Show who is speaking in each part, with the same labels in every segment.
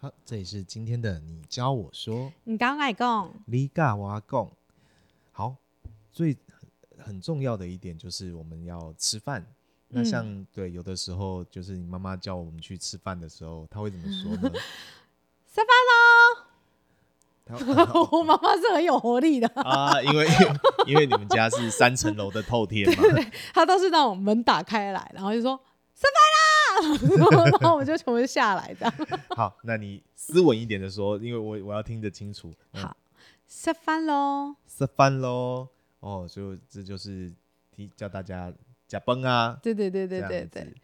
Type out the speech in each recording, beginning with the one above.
Speaker 1: 好，这里是今天的你教我说
Speaker 2: 你刚来讲，
Speaker 1: 李嘎瓦贡。好，最很很重要的一点就是我们要吃饭。那
Speaker 2: 嗯
Speaker 1: 像、对有的时候，就是你妈妈叫我们去吃饭的时候，她会怎么说 呢？
Speaker 2: 吃饭
Speaker 1: 她
Speaker 2: 喽！我妈妈是很有活力的，
Speaker 1: 啊，因为 因为你们家是三层楼的透天 嘛，
Speaker 2: 她都是那种门打开来，然后就说吃饭啦， 然后然后我们就全部就下来这样。
Speaker 1: 好，那你斯文一点的说，因为我我要听得清楚。嗯
Speaker 2: 好，吃饭喽！
Speaker 1: 吃饭喽，哦，就这就是提叫大家假崩啊，
Speaker 2: 对对对
Speaker 1: 这
Speaker 2: 对
Speaker 1: 样
Speaker 2: 对
Speaker 1: 子。
Speaker 2: 对。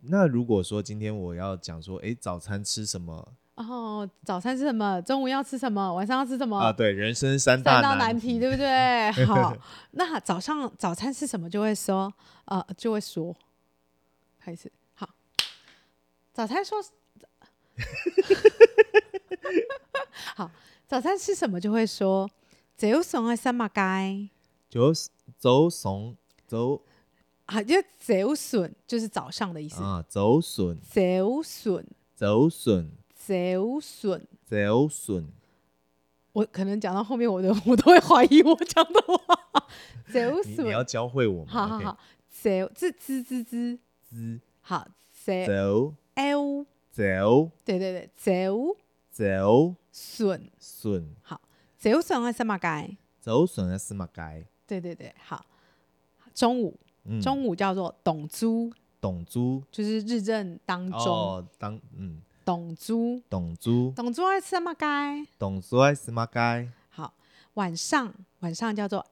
Speaker 1: 那如果说今天我要讲说，诶，早餐吃什么
Speaker 2: 然后早餐吃什么？中午要吃什么？晚上要吃什么？
Speaker 1: 啊？对，人生三大
Speaker 2: 三道难
Speaker 1: 题，
Speaker 2: 题，对 不对？好，那早上早餐吃什么就会说，呃，就会说，开始好，早餐说， 好，早餐吃什么就会说，这有什么三马街
Speaker 1: 就是走怂走
Speaker 2: 啊，就这有笋就是早上的意思，
Speaker 1: 啊，走笋
Speaker 2: 这有笋，
Speaker 1: 走笋
Speaker 2: 这有笋。
Speaker 1: 走笋
Speaker 2: 我可能讲到后面，我都 我都会怀疑我讲的话。走
Speaker 1: 你你要
Speaker 2: 笋，
Speaker 1: 教会我们，
Speaker 2: 好好
Speaker 1: OK，
Speaker 2: 好，走这滋滋滋，
Speaker 1: 滋
Speaker 2: 好，走
Speaker 1: 走
Speaker 2: L，
Speaker 1: 走
Speaker 2: 对对对，走
Speaker 1: 走
Speaker 2: 笋，
Speaker 1: 笋
Speaker 2: 好，走笋会什么该？
Speaker 1: 走笋的司马街，
Speaker 2: 对对对，好。中午，
Speaker 1: 嗯，
Speaker 2: 中午叫做董珠，
Speaker 1: 董珠
Speaker 2: 就是日正当中，
Speaker 1: 哦，当嗯
Speaker 2: 董珠，
Speaker 1: 董珠
Speaker 2: 董珠会什么该？
Speaker 1: 董珠的司马街
Speaker 2: 好，晚上，晚上叫做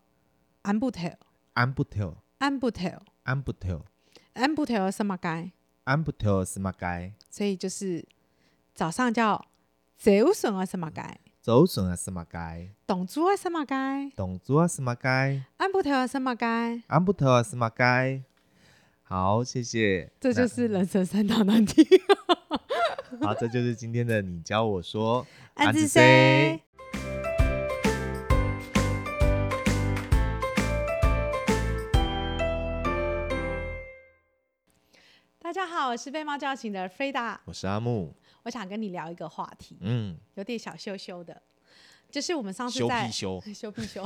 Speaker 2: 安布特，
Speaker 1: 安不跳
Speaker 2: 安布特，
Speaker 1: 安不跳
Speaker 2: 安布特什么该？
Speaker 1: 安不跳司马街
Speaker 2: 所以就是早上叫走笋会什么该？
Speaker 1: 走笋的司马街。
Speaker 2: 董珠会什么该？
Speaker 1: 董珠啊，司马街，
Speaker 2: 安布特会什么该？
Speaker 1: 安布特啊，司马街。好，谢谢。
Speaker 2: 这就
Speaker 1: 那
Speaker 2: 是人生三大难题。
Speaker 1: 好，这就是今天的你教我说。
Speaker 2: 安
Speaker 1: 安
Speaker 2: 之
Speaker 1: 之 C
Speaker 2: C。大家好，我是被猫叫醒的 Frida，
Speaker 1: 我是阿木，
Speaker 2: 我想跟你聊一个话题，
Speaker 1: 嗯，
Speaker 2: 有点小羞羞的，就是我们上次
Speaker 1: 修
Speaker 2: 在
Speaker 1: 屁修，
Speaker 2: 羞屁羞，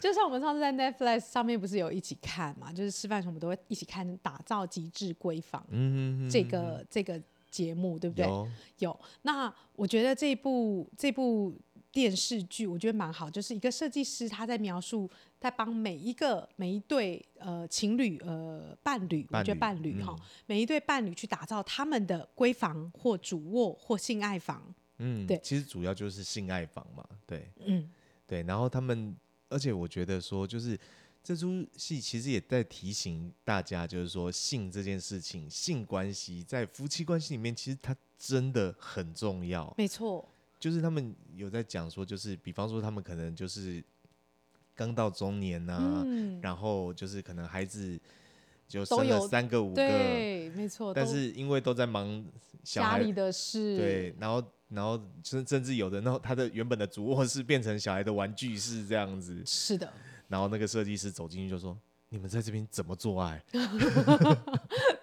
Speaker 2: 就像我们上次在 Netflix 上面不是有一起看嘛，就是吃饭的时候我们都会一起看《打造极致闺房》
Speaker 1: 嗯，
Speaker 2: 这个、这个节目，对不对？
Speaker 1: 有，
Speaker 2: 有，那我觉得这一部这部电视剧我觉得蛮好，就是一个设计师他在描述，在帮每一个每一对呃情侣呃伴侣，我觉得伴
Speaker 1: 嗯
Speaker 2: 侣哈、每一对伴侣去打造他们的闺房或主卧或性爱房，
Speaker 1: 嗯，
Speaker 2: 对
Speaker 1: 其实主要就是性爱房嘛，对
Speaker 2: 嗯，
Speaker 1: 对，然后他们，而且我觉得说，就是这出戏其实也在提醒大家，就是说性这件事情，性关系在夫妻关系里面，其实它真的很重要，
Speaker 2: 没错，
Speaker 1: 就是他们有在讲说，就是比方说他们可能就是刚到中年呐、
Speaker 2: 嗯，
Speaker 1: 然后就是可能孩子就
Speaker 2: 都
Speaker 1: 生了
Speaker 2: 有
Speaker 1: 三个五个，
Speaker 2: 对，没错，
Speaker 1: 但
Speaker 2: 都
Speaker 1: 是因为都在忙小
Speaker 2: 家
Speaker 1: 孩
Speaker 2: 里，的事，
Speaker 1: 对，然后然后甚甚至有的，然后他的原本的主卧室变成小孩的玩具室这样子，
Speaker 2: 是的，
Speaker 1: 然后那个设计师走进去就说：“你们在这边怎么做 爱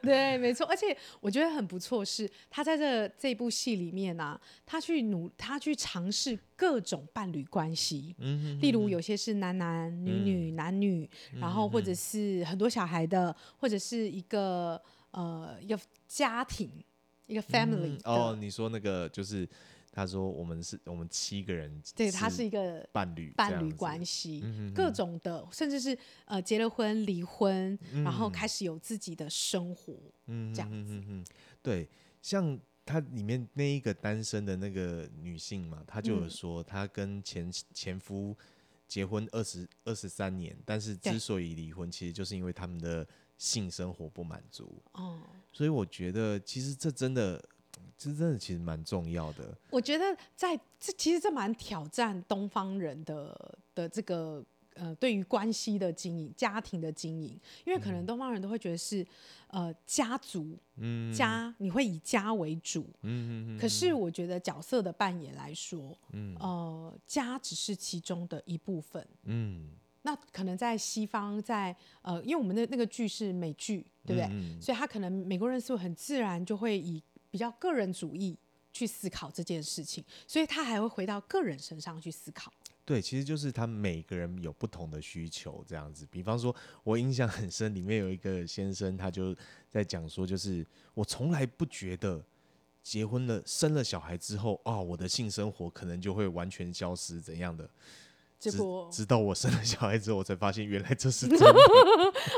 Speaker 2: 对，没错，而且我觉得很不错是，他在这这部戏里面啊，他去努，他去尝试各种伴侣关系？”，
Speaker 1: 嗯，
Speaker 2: 例如有些是男男女女、男女，然后
Speaker 1: 嗯
Speaker 2: 或者是很多小孩的，或者是一个呃一个家庭一个
Speaker 1: 嗯
Speaker 2: family 的，
Speaker 1: 哦，你说那个就是他说我们是我们七个人，
Speaker 2: 对，他是一个
Speaker 1: 伴侣
Speaker 2: 伴侣
Speaker 1: 系，
Speaker 2: 关系，
Speaker 1: 嗯哼
Speaker 2: 各
Speaker 1: 哼
Speaker 2: 种的，甚至是呃结了婚、离婚，然后
Speaker 1: 嗯
Speaker 2: 开始有自己的生活，
Speaker 1: 嗯
Speaker 2: 这
Speaker 1: 哼
Speaker 2: 样
Speaker 1: 哼
Speaker 2: 子
Speaker 1: 哼哼对，像他里面那一个单身的那个女性嘛，她就有
Speaker 2: 嗯
Speaker 1: 说，她跟前前夫结婚二十二十三年，但是之
Speaker 2: 对
Speaker 1: 所以离婚，其实就是因为他们的性生活不满足。
Speaker 2: 哦、
Speaker 1: 所以我觉得，其实这真的，这真的其实蛮重要的。
Speaker 2: 我觉得在这其实这蛮挑战东方人的的这个呃对于关系的经营、家庭的经营，因为可能东方人都会觉得是呃家族
Speaker 1: 嗯，
Speaker 2: 家，你会以家为主。
Speaker 1: 嗯，嗯嗯
Speaker 2: 可是我觉得角色的扮演来说，
Speaker 1: 嗯
Speaker 2: 呃，家只是其中的一部分。
Speaker 1: 嗯，
Speaker 2: 那可能在西方，在呃，因为我们的那个剧是美剧，对不对？
Speaker 1: 嗯嗯
Speaker 2: 所以他可能美国人是很自然就会以比较个人主义去思考这件事情，所以他还会回到个人身上去思考。
Speaker 1: 对，其实就是他每个人有不同的需求，这样子。比方说，我印象很深，里面有一个先生，他就在讲说，就是我从来不觉得结婚了、生了小孩之后，哦，我的性生活可能就会完全消失怎样的。
Speaker 2: 结果，
Speaker 1: 直到我生了小孩之后，我才发现原来这是真 的。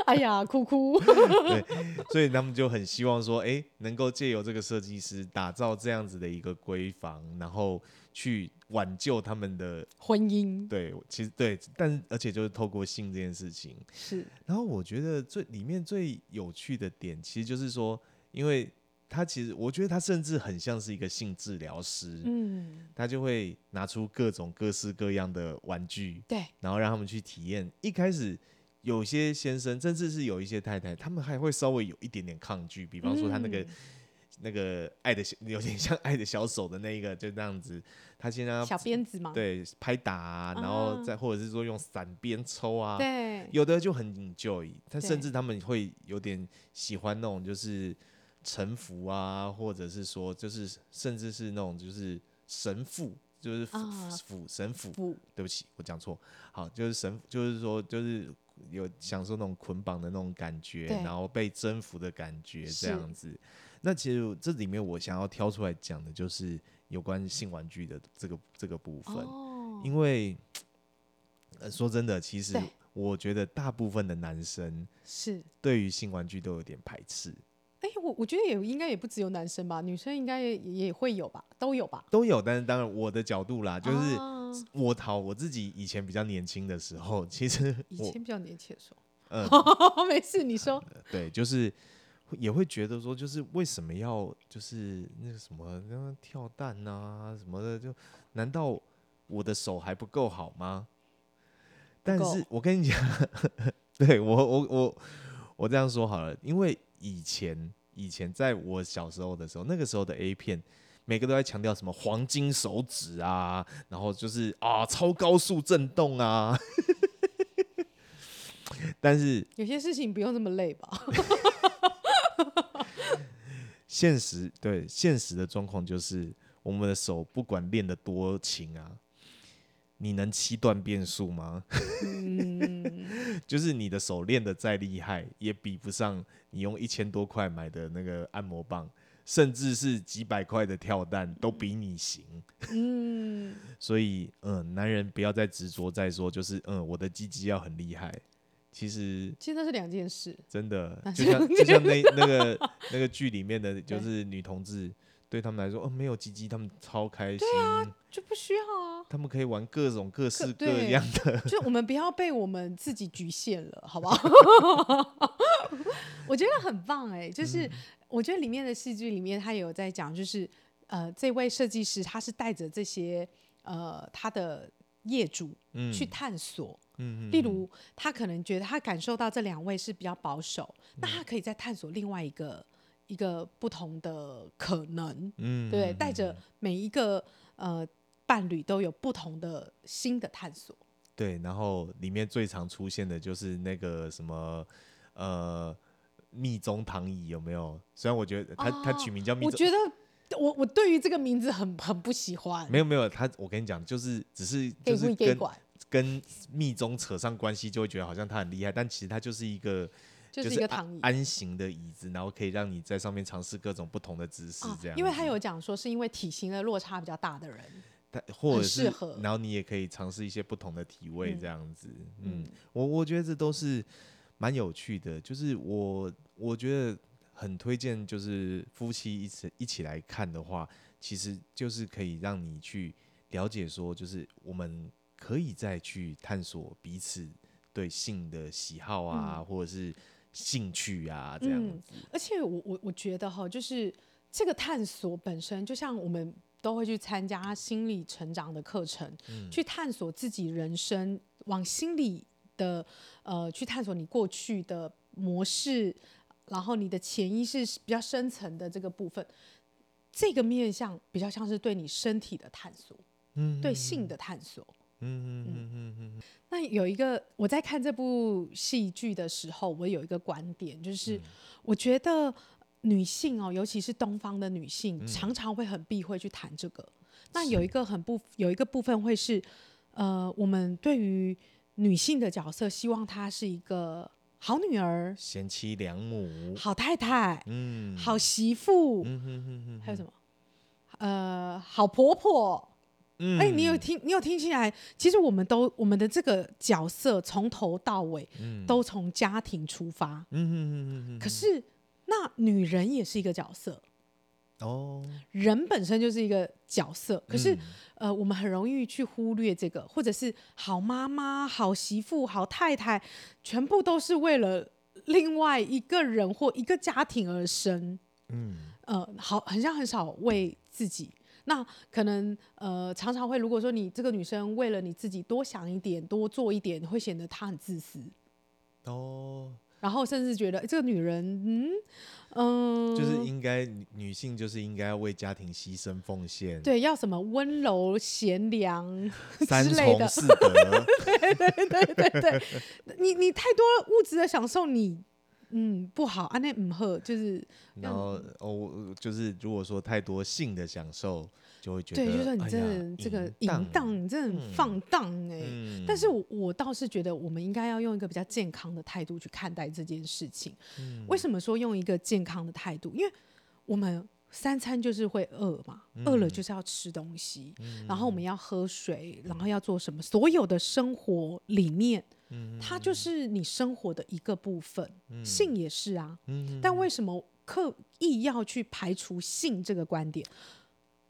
Speaker 2: 哎呀，哭哭，
Speaker 1: 对，所以他们就很希望说，哎，能够借由这个设计师打造这样子的一个闺房，然后去挽救他们的
Speaker 2: 婚姻
Speaker 1: 对，其实对，但而且就是透过性这件事情，
Speaker 2: 是
Speaker 1: 然后我觉得最里面最有趣的点，其实就是说，因为他其实我觉得他甚至很像是一个性治疗师，
Speaker 2: 嗯，
Speaker 1: 他就会拿出各种各式各样的玩具，
Speaker 2: 对，
Speaker 1: 然后让他们去体验。一开始有些先生，甚至是有一些太太，他们还会稍微有一点点抗拒，比方说他那个。
Speaker 2: 嗯
Speaker 1: 那个爱的小有点像爱的小手的那一个，就那样子，他先让他
Speaker 2: 小鞭子嘛，
Speaker 1: 对拍打、啊，然后再或者是说用散鞭抽啊，
Speaker 2: 嗯对
Speaker 1: 有的就很 enjoy，他
Speaker 2: 对
Speaker 1: 甚至他们会有点喜欢那种就是臣服啊，或者是说就是甚至是那种就是神父，就是辅
Speaker 2: 啊
Speaker 1: 辅神父，
Speaker 2: 不
Speaker 1: 对不起，我讲错，好，就是神，就是说就是有享受那种捆绑的那种感觉，
Speaker 2: 对
Speaker 1: 然后被征服的感觉这
Speaker 2: 是
Speaker 1: 样子。那其实这里面我想要挑出来讲的就是有关性玩具的这个这个部分。
Speaker 2: 哦，
Speaker 1: 因为、呃、说真的，其实
Speaker 2: 对
Speaker 1: 我觉得大部分的男生
Speaker 2: 是。
Speaker 1: 对于性玩具都有点排斥，
Speaker 2: 哎、我我觉得也应该也不只有男生吧，女生应该也也会有吧，都有吧。
Speaker 1: 都有。但是当然，我的角度啦，就是、
Speaker 2: 啊
Speaker 1: 我讨我自己以前比较年轻的时候，其实
Speaker 2: 以
Speaker 1: 我
Speaker 2: 前比较年轻的时候，
Speaker 1: 嗯、
Speaker 2: 没事，你说
Speaker 1: 对，就是也会觉得说，就是为什么要就是那个什么那个跳蛋啊什么的，就难道我的手还不够好吗？但
Speaker 2: 够
Speaker 1: 是我跟你讲， 对我我我我这样说好了，因为以前以前在我小时候的时候，那个时候的 A 片。每个都在强调什么黄金手指啊，然后就是啊超高速震动啊， 但是
Speaker 2: 有些事情不用那么累吧？
Speaker 1: 现实对现实的状况就是，我们的手不管练得多勤啊，你能七段变速吗？
Speaker 2: 嗯
Speaker 1: 就是你的手练得再厉害，也比不上你用一千多块买的那个按摩棒，甚至是几百块的跳蛋都比你行。
Speaker 2: 嗯，
Speaker 1: 所以，嗯，男人不要再执着在说，就是嗯，我的鸡鸡要很厉害。其实
Speaker 2: 其实那是两件事。
Speaker 1: 真的，
Speaker 2: 那
Speaker 1: 就
Speaker 2: 就
Speaker 1: 像就像那那个那个剧里面的，就
Speaker 2: 对
Speaker 1: 是女同志，对他们来说，哦，没有鸡鸡，他们超开心，，
Speaker 2: 就不需要啊
Speaker 1: 他们可以玩各种各式各
Speaker 2: 对
Speaker 1: 样的，
Speaker 2: 就我们不要被我们自己局限了，好不好？ 我觉得很棒哎、
Speaker 1: 嗯
Speaker 2: 就是我觉得里面的戏剧里面，他也有在讲，就是呃，这位设计师他是带着这些呃他的业主
Speaker 1: 嗯，
Speaker 2: 去探索，
Speaker 1: 嗯，嗯嗯
Speaker 2: 例如，他可能觉得他感受到这两位是比较保守，
Speaker 1: 嗯
Speaker 2: 那他可以再探索另外一个一个不同的可能，
Speaker 1: 嗯，
Speaker 2: 对，
Speaker 1: 嗯
Speaker 2: 带着每一个呃伴侣都有不同的新的探索，
Speaker 1: 对，然后里面最常出现的就是那个什么，呃，密宗躺椅有没有？虽然我觉得他、他取名叫密
Speaker 2: 哦我
Speaker 1: 宗。
Speaker 2: 觉得我我对于这个名字很很不喜欢，
Speaker 1: 没有没有，他我跟你讲，就是只是
Speaker 2: 给
Speaker 1: 就是
Speaker 2: 归给
Speaker 1: 跟
Speaker 2: 管，
Speaker 1: 跟密宗扯上关系，就会觉得好像他很厉害，但其实他就是一个
Speaker 2: 就是一
Speaker 1: 是
Speaker 2: 个
Speaker 1: 安
Speaker 2: 躺椅。
Speaker 1: 安行的椅子，然后可以让你在上面尝试各种不同的姿势，这样、
Speaker 2: 哦啊因为他，有讲说是因为体型的落差比较大的人，
Speaker 1: 它或者
Speaker 2: 很
Speaker 1: 是
Speaker 2: 适合
Speaker 1: 然后你也可以尝试一些不同的体位，
Speaker 2: 嗯
Speaker 1: 这样子。嗯，我我觉得这都是蛮有趣的，就是我我觉得很推荐，就是夫妻一起一起来看的话，其实就是可以让你去了解说，就是我们可以再去探索彼此对性的喜好啊，或者是兴趣啊这样
Speaker 2: 嗯
Speaker 1: 子。
Speaker 2: 而且我我我觉得哈，就是这个探索本身，就像我们都会去参加心理成长的课程，
Speaker 1: 嗯
Speaker 2: 去探索自己人生，往心理的呃去探索你过去的模式，然后你的潜意识是比较深层的这个部分。这个面向比较像是对你身体的探索，
Speaker 1: 嗯，
Speaker 2: 对性的探索。
Speaker 1: 嗯嗯嗯嗯嗯，
Speaker 2: 那有一个我在
Speaker 1: 嗯
Speaker 2: 看这部戏剧的时候，我有一个观点，就是我觉得女性哦，尤其是东方的女
Speaker 1: 嗯
Speaker 2: 性，常常会很避讳去谈这个。那有一个很部有一个部分会是，呃，我们对于女性的角色，希望她是一个好女儿、
Speaker 1: 贤妻良母，
Speaker 2: 好太太、
Speaker 1: 嗯，
Speaker 2: 好媳妇，
Speaker 1: 嗯哼哼哼，
Speaker 2: 还有什么？呃，好婆婆。
Speaker 1: 嗯，
Speaker 2: 哎、你有听？你有听起来？其实我们都我们的这个角色从头到尾
Speaker 1: 嗯
Speaker 2: 都从家庭出发，
Speaker 1: 嗯哼哼哼哼，
Speaker 2: 可是那女人也是一个角色，
Speaker 1: 哦，
Speaker 2: 人本身就是一个角色。可是、
Speaker 1: 嗯
Speaker 2: 呃，我们很容易去忽略这个，或者是好妈妈、好媳妇、好太太，全部都是为了另外一个人或一个家庭而生。
Speaker 1: 嗯
Speaker 2: 呃，好，很像很少为自己。那可能呃，常常会如果说你这个女生为了你自己多想一点、多做一点，会显得她很自私，
Speaker 1: 哦，
Speaker 2: 然后甚至觉得、诶这个女人，嗯嗯，
Speaker 1: 就是应该女女性就是应该为家庭牺牲奉献，，
Speaker 2: 对，要什么温柔、贤良
Speaker 1: 三
Speaker 2: 之类
Speaker 1: 从
Speaker 2: 的。
Speaker 1: 四 德，
Speaker 2: 你你太多物质的享受你，嗯不好，啊那唔好，就是
Speaker 1: 然后
Speaker 2: 嗯
Speaker 1: 哦，就是如果说太多性的享受，就会觉得
Speaker 2: 对，就是你
Speaker 1: 哎
Speaker 2: 真
Speaker 1: 呀
Speaker 2: 的这个
Speaker 1: 淫
Speaker 2: 淫荡，
Speaker 1: 荡，
Speaker 2: 你真的很
Speaker 1: 嗯
Speaker 2: 放荡哎、
Speaker 1: 嗯
Speaker 2: 但是我我倒是觉得，我们应该要用一个比较健康的态度去看待这件事情。
Speaker 1: 嗯
Speaker 2: 为什么说用一个健康的态度？因为我们三餐就是会饿嘛，饿
Speaker 1: 嗯
Speaker 2: 了就是要吃东西，然后我们要喝水，然后
Speaker 1: 嗯
Speaker 2: 要做什么？所有的生活理念，
Speaker 1: 嗯
Speaker 2: 它就是你生活的一个部分。性也是啊，
Speaker 1: 嗯
Speaker 2: 但为什么刻意要去排除性这个观点？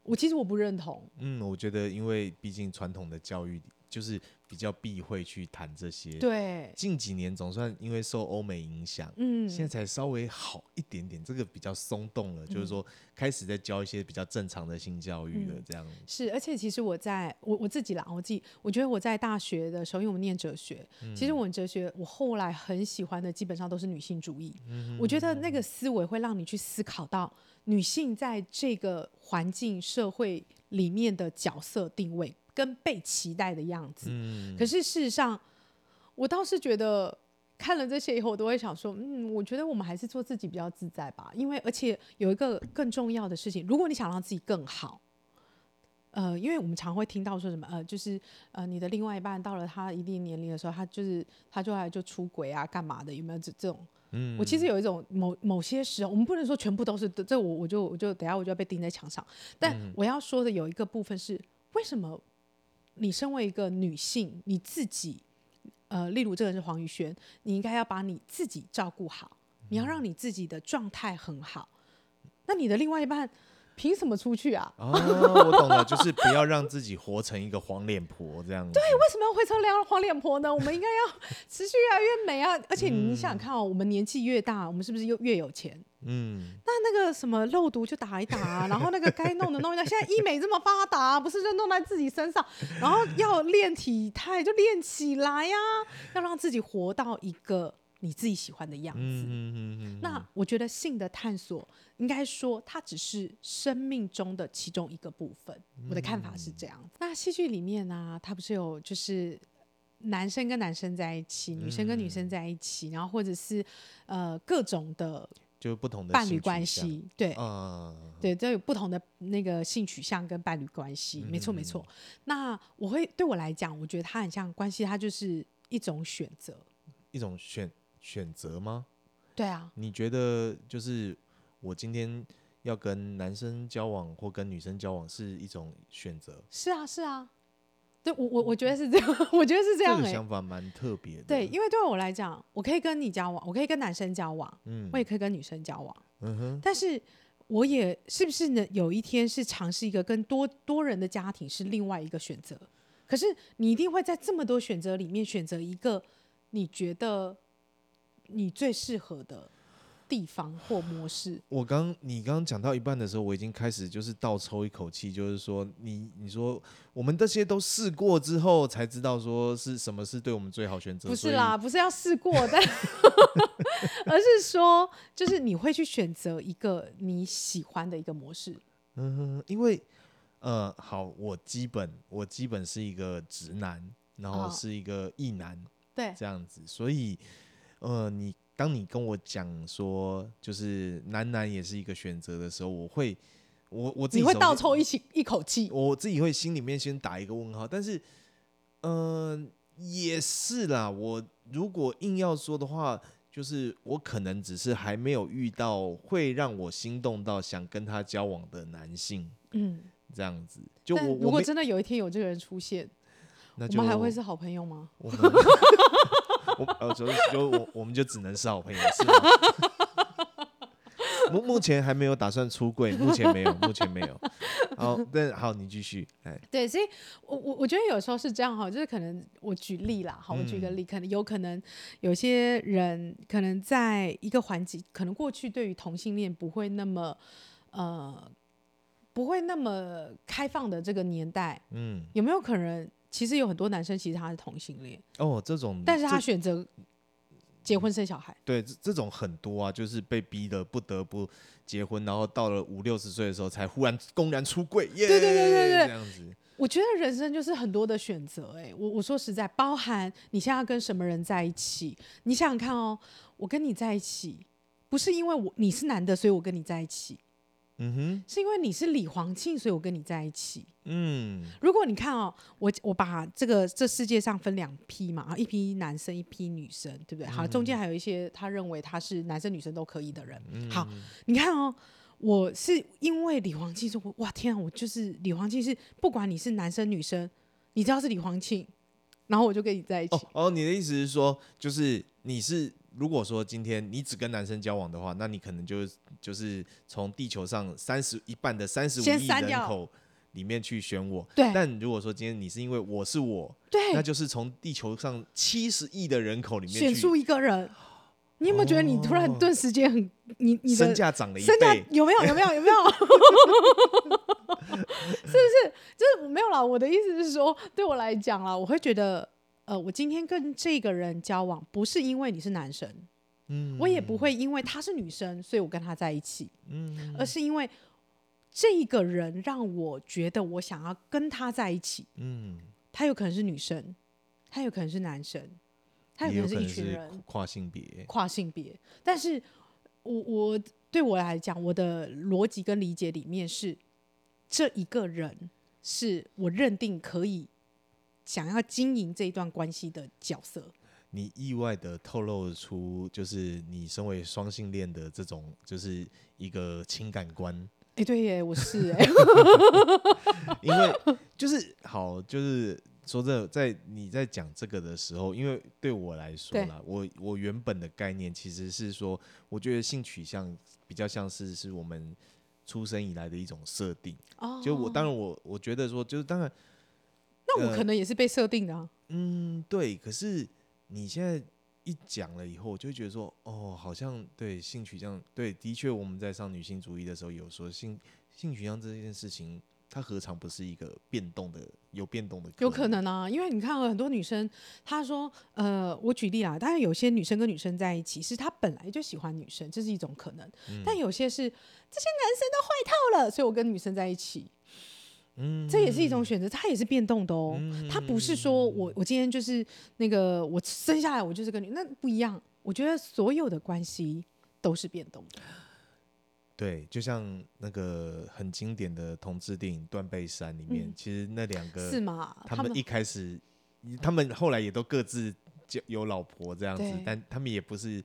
Speaker 2: 我其实我不认同。
Speaker 1: 嗯，我觉得因为毕竟传统的教育就是比较避讳去谈这些，，
Speaker 2: 对，
Speaker 1: 近几年总算因为受欧美影响，
Speaker 2: 嗯，
Speaker 1: 现在才稍微好一点点，这个比较松动了，就是
Speaker 2: 嗯
Speaker 1: 说开始在教一些比较正常的性教育了，这样。
Speaker 2: 是，而且其实我在我我自己啦，我自己我觉得我在大学的时候，因为我们念哲学，其实我们哲学我后来很喜欢的基本上都是女性主义。我觉得那个思维会让你去思考到女性在这个环境社会里面的角色定位跟被期待的样子。
Speaker 1: 嗯，
Speaker 2: 可是事实上，我倒是觉得看了这些以后，我都会想说，嗯，我觉得我们还是做自己比较自在吧。因为而且有一个更重要的事情，如果你想让自己更好。呃，因为我们常会听到说什么，呃，就是呃，你的另外一半到了他一定年龄的时候，他就是他就来就出轨啊，干嘛的？有没有这这种？
Speaker 1: 嗯
Speaker 2: 我其实有一种某某些时候，我们不能说全部都是对这我我就我就等一下我就要被钉在墙上。但
Speaker 1: 嗯
Speaker 2: 我要说的有一个部分是，为什么你身为一个女性，你自己，呃，例如这个是黄宇轩，你应该要把你自己照顾好，你要让你自己的状态很好。那你的另外一半凭什么出去啊？
Speaker 1: 哦，我懂了，就是不要让自己活成一个黄脸婆这样子。对，
Speaker 2: 为什么要回成两黄脸婆呢？我们应该要持续越来越美啊！而且你想想看哦，我们年纪越大，我们是不是又越有钱？
Speaker 1: 嗯，
Speaker 2: 那那个什么肉毒就打一打、啊， 然后那个该弄的弄一下。现在医美这么发达、不是就弄在自己身上？然后要练体态就练起来呀、要让自己活到一个你自己喜欢的样子。
Speaker 1: 嗯嗯嗯嗯，
Speaker 2: 那我觉得性的探索，应该说它只是生命中的其中一个部分。
Speaker 1: 嗯
Speaker 2: 我的看法是这样。那戏剧里面呢、它不是有就是男生跟男生在一起，
Speaker 1: 嗯
Speaker 2: 女生跟女生在一起，然后或者是呃各种的
Speaker 1: 就不同的
Speaker 2: 伴
Speaker 1: 性
Speaker 2: 侣
Speaker 1: 取
Speaker 2: 关
Speaker 1: 向，
Speaker 2: 系，对，
Speaker 1: 嗯，
Speaker 2: 对，都有不同的那个性取向跟伴侣关系，没
Speaker 1: 嗯
Speaker 2: 错没错。那我会对我来讲，我觉得它很像关系，它就是一种选择。
Speaker 1: 一种选选择吗？
Speaker 2: 对啊，
Speaker 1: 你觉得就是我今天要跟男生交往或跟女生交往是一种选择？
Speaker 2: 是啊是啊，对我我我觉得是这样， 我觉得是这样
Speaker 1: 这
Speaker 2: 哎、
Speaker 1: 个想法蛮特别的。
Speaker 2: 对，，因为对我来讲，我可以跟你交往，我可以跟男生交往，
Speaker 1: 嗯
Speaker 2: 我也可以跟女生交往，
Speaker 1: 嗯哼，
Speaker 2: 但是我也是不是呢？有一天是尝试一个跟多多人的家庭是另外一个选择，可是你一定会在这么多选择里面选择一个你觉得你最适合的地方或模式。
Speaker 1: 我刚你刚刚讲到一半的时候，我已经开始就是倒抽一口气，就是说你你说我们这些都试过之后才知道说是什么是对我们最好选择，
Speaker 2: 不是
Speaker 1: 所以
Speaker 2: 啦，不是要试 过，但 而是说，就是你会去选择一个你喜欢的一个模式。
Speaker 1: 嗯哼，因为呃，好，我基本我基本是一个直男，然后
Speaker 2: 哦
Speaker 1: 是一个异男
Speaker 2: 对，
Speaker 1: 这样子，所以呃，你当你跟我讲说，就是男男也是一个选择的时候，我会，我我自己
Speaker 2: 你会
Speaker 1: 首
Speaker 2: 倒
Speaker 1: 先
Speaker 2: 抽一起一口气，
Speaker 1: 我自己会心里面先打一个问号，但是，嗯、也是啦。我如果硬要说的话，就是我可能只是还没有遇到会让我心动到想跟他交往的男性
Speaker 2: 嗯。
Speaker 1: 这样子。就
Speaker 2: 但
Speaker 1: 我
Speaker 2: 如
Speaker 1: 我
Speaker 2: 果
Speaker 1: 没，
Speaker 2: 真的有一天有这个人出现，
Speaker 1: 那
Speaker 2: 我
Speaker 1: 就
Speaker 2: 们还会是好朋友吗？
Speaker 1: 我们我 呃，就就我我们就只能是好朋友，是吗？ 目目前还没有打算出柜，目前没有，目前没有。好，但好，你继续，哎，
Speaker 2: 对，所以我我我觉得有时候是这样哈，就是可能我举例啦，好，我举个
Speaker 1: 嗯
Speaker 2: 例，可能有可能有些人可能在一个环节，可能过去对于同性恋不会那么呃不会那么开放的这个年代，
Speaker 1: 嗯，
Speaker 2: 有没有可能其实有很多男生其实他是同性恋，
Speaker 1: 哦，这种，
Speaker 2: 但是
Speaker 1: 这
Speaker 2: 他选择结婚生小孩，
Speaker 1: 对，这这种很多啊，就是被逼的不得不结婚，然后到了五六十岁的时候才忽然公然出柜，耶、
Speaker 2: 对对对对对
Speaker 1: 这样子，
Speaker 2: 我觉得人生就是很多的选择、欸，我我说实在，包含你现在要跟什么人在一起，你想想看哦，我跟你在一起，不是因为我你是男的，所以我跟你在一起，
Speaker 1: 嗯哼，
Speaker 2: 是因为你是李黄庆，所以我跟你在一起。
Speaker 1: 嗯
Speaker 2: 如果你看哦，我我把这个这世界上分两批嘛，啊，一批男生，一批女生，对不对？
Speaker 1: 嗯
Speaker 2: 好，中间还有一些他认为他是男生女生都可以的人。
Speaker 1: 嗯
Speaker 2: 好，你看哦，我是因为李黄庆说，哇天啊，我就是李黄庆是不管你是男生女生，你只要是李黄庆，然后我就跟你在一起。
Speaker 1: 哦哦，你的意思是说，就是你是如果说今天你只跟男生交往的话，那你可能就就是从地球上三十一半的三十五
Speaker 2: 先
Speaker 1: 亿
Speaker 2: 删
Speaker 1: 人
Speaker 2: 掉
Speaker 1: 口里面去选我，
Speaker 2: 对
Speaker 1: 但如果说今天你是因为我是我，那
Speaker 2: 对，
Speaker 1: 就是从地球上七十亿的人口里面
Speaker 2: 选
Speaker 1: 去哦
Speaker 2: 出一个人，你有没有觉得你突然顿时间很你你的
Speaker 1: 身价涨了一
Speaker 2: 身价
Speaker 1: 倍，
Speaker 2: 有没有？有没有？有 没有？是不是？就是没有啦。我的意思是说，对我来讲啦，我会觉得，呃，我今天跟这个人交往，不是因为你是男生，
Speaker 1: 嗯
Speaker 2: 我也不会因为她是女生，所以我跟她在一起，
Speaker 1: 嗯
Speaker 2: 而是因为这一个人让我觉得我想要跟他在一起。
Speaker 1: 嗯。
Speaker 2: 他有可能是女生，他有可能是男生，他
Speaker 1: 也
Speaker 2: 有可
Speaker 1: 有
Speaker 2: 能
Speaker 1: 可能
Speaker 2: 是一
Speaker 1: 是
Speaker 2: 群人。
Speaker 1: 跨性别。
Speaker 2: 跨性别，但是我我对我来讲，我的逻辑跟理解里面是，这一个人是我认定可以想要经营这一段关系的角色。
Speaker 1: 你意外的透露出，就是你身为双性恋的这种，就是一个情感观，
Speaker 2: 哎、对耶，我是哎、
Speaker 1: 因 为就是好，就是说真的，在你在讲这个的时候，因为对我来说
Speaker 2: 对
Speaker 1: 啦，我我原本的概念其实是说，我觉得性取向比较像是是我们出生以来的一种设定。
Speaker 2: 哦，
Speaker 1: 就我当然我我觉得说，就是当然
Speaker 2: 那我
Speaker 1: 呃
Speaker 2: 可能也是被设定的、啊，
Speaker 1: 嗯，对。可是你现在一讲了以后，我就会觉得说，哦，好像对性取向，对，的确我们在上女性主义的时候有说性性取向这件事情，它何尝不是一个变动的，有变动的，
Speaker 2: 有可。能啊，因为你看很多女生，她说，呃，我举例啦，当然有些女生跟女生在一起，是她本来就喜欢女生，这是一种可能，
Speaker 1: 嗯
Speaker 2: 但有些是这些男生都坏透了，所以我跟女生在一起。
Speaker 1: 嗯，
Speaker 2: 这也是一种选择，它也是变动的哦。它不是说我我今天就是那个我生下来我就是跟你，那不一样。我觉得所有的关系都是变动的，
Speaker 1: 对，就像那个很经典的同志电影《断背山》里面，
Speaker 2: 嗯
Speaker 1: 其实那两个
Speaker 2: 是吗？
Speaker 1: 他们一开始，
Speaker 2: 嗯
Speaker 1: 他们后来也都各自就有老婆这样子
Speaker 2: 对，
Speaker 1: 但他们也不是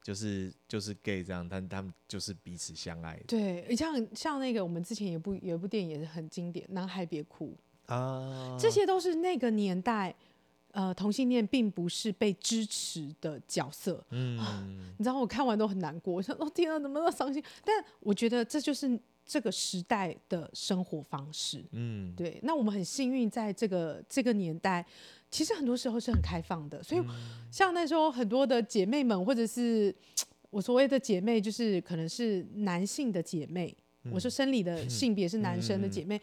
Speaker 1: 就是就是 gay 这样，但他们就是彼此相爱
Speaker 2: 对，像像那个我们之前有部有一部电影也是很经典，《男孩别哭》，
Speaker 1: 啊。
Speaker 2: 这些都是那个年代，呃，同性恋并不是被支持的角色。
Speaker 1: 嗯，
Speaker 2: 你知道我看完都很难过，我想哦天啊，怎么那么伤心？但我觉得这就是这个时代的生活方式。
Speaker 1: 嗯，
Speaker 2: 对，那我们很幸运，在这个这个年代，其实很多时候是很开放的。所以，
Speaker 1: 嗯
Speaker 2: 像那时候很多的姐妹们，或者是我所谓的姐妹，就是可能是男性的姐妹，
Speaker 1: 嗯
Speaker 2: 我说生理的性别是男生的姐妹，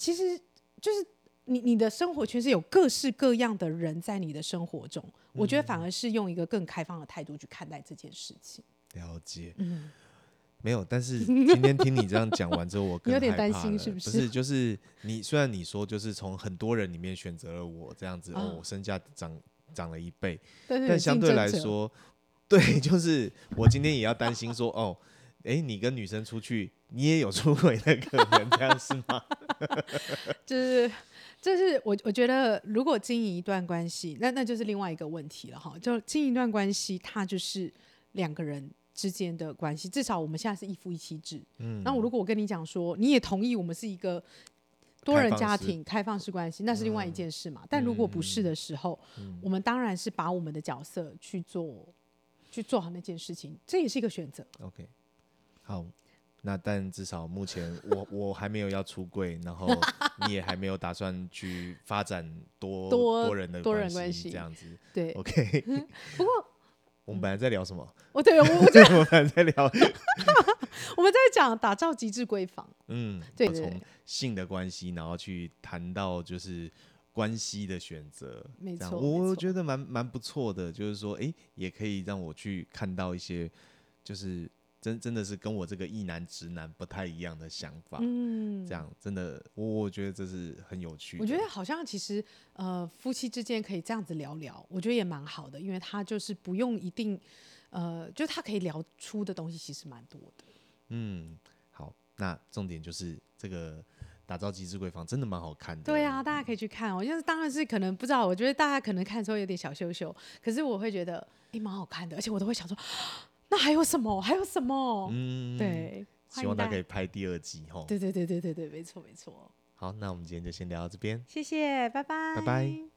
Speaker 2: 其实就是你你的生活圈是有各式各样的人在你的生活中，我觉得
Speaker 1: 嗯
Speaker 2: 反而是用一个更开放的态度去看待这件事情。
Speaker 1: 了解。
Speaker 2: 嗯，
Speaker 1: 没有，但是今天听你这样讲完之后，我更
Speaker 2: 有点
Speaker 1: 害怕
Speaker 2: 担心
Speaker 1: 了
Speaker 2: 是不
Speaker 1: 不
Speaker 2: 是
Speaker 1: 就是你虽然你说就是从很多人里面选择了我这样子，
Speaker 2: 啊
Speaker 1: 哦，我身价涨涨了一倍，
Speaker 2: 但是有
Speaker 1: 但相
Speaker 2: 嗯竞
Speaker 1: 对
Speaker 2: 争
Speaker 1: 来
Speaker 2: 者
Speaker 1: 说，对， 就是我今天也要担心说，哦，哎，你跟女生出去，你也有出轨的可能，这样是吗？
Speaker 2: 就是就是我我觉得，如果经营一段关系，那那就是另外一个问题了哈。就经营一段关系，它就是两个人之间的关系，至少我们现在是一夫一妻制。
Speaker 1: 嗯，
Speaker 2: 那我如果我跟你讲说，你也同意我们是一个多人家庭开放式嗯关系，那是另外一件事嘛。但如果不是的时候，我们当然是把我们的角色去做，去做好那件事情，这也是一个选择。
Speaker 1: 嗯 OK，好，那但至少目前我我还没有要出柜，然 后你也还没有打算去发展多
Speaker 2: 多
Speaker 1: 人的
Speaker 2: 多人
Speaker 1: 系
Speaker 2: 关系
Speaker 1: 这样子。
Speaker 2: 对，
Speaker 1: OK，
Speaker 2: 不过
Speaker 1: 我们本来在聊什么？
Speaker 2: 我对我我
Speaker 1: 我们本来在聊，
Speaker 2: 我们在讲打造极致闺房，
Speaker 1: 嗯，
Speaker 2: 对对
Speaker 1: 从性的关系，然后去谈到就是。关系的选择，
Speaker 2: 没
Speaker 1: 这样
Speaker 2: 错没
Speaker 1: 我
Speaker 2: 错
Speaker 1: 觉得蛮蛮不错的，就是说，诶，也可以让我去看到一些，就是真真的是跟我这个异男直男不太一样的想法，
Speaker 2: 嗯
Speaker 1: 这。样真的，我我觉得这是很有趣的。
Speaker 2: 我觉得好像其实呃，夫妻之间可以这样子聊聊，我觉得也蛮好的，因为他就是不用一定，呃，就他可以聊出的东西其实蛮多的。
Speaker 1: 嗯，好，那重点就是这个打造机制柜房真的蛮好看的。
Speaker 2: 对啊，大家可以去看哦。就是当然是可能不知道，我觉得大家可能看的时候有点小羞羞，可是我会觉得诶蛮好看的，而且我都会想说， 那还有什么？还有什么？
Speaker 1: 嗯，，
Speaker 2: 对，欢
Speaker 1: 希
Speaker 2: 迎
Speaker 1: 望大
Speaker 2: 大
Speaker 1: 家可以
Speaker 2: 家。
Speaker 1: 拍第二季吼。
Speaker 2: 对对对对对对，没错没错。
Speaker 1: 好，那我们今天就先聊到这边。
Speaker 2: 谢谢，拜拜，
Speaker 1: 拜拜。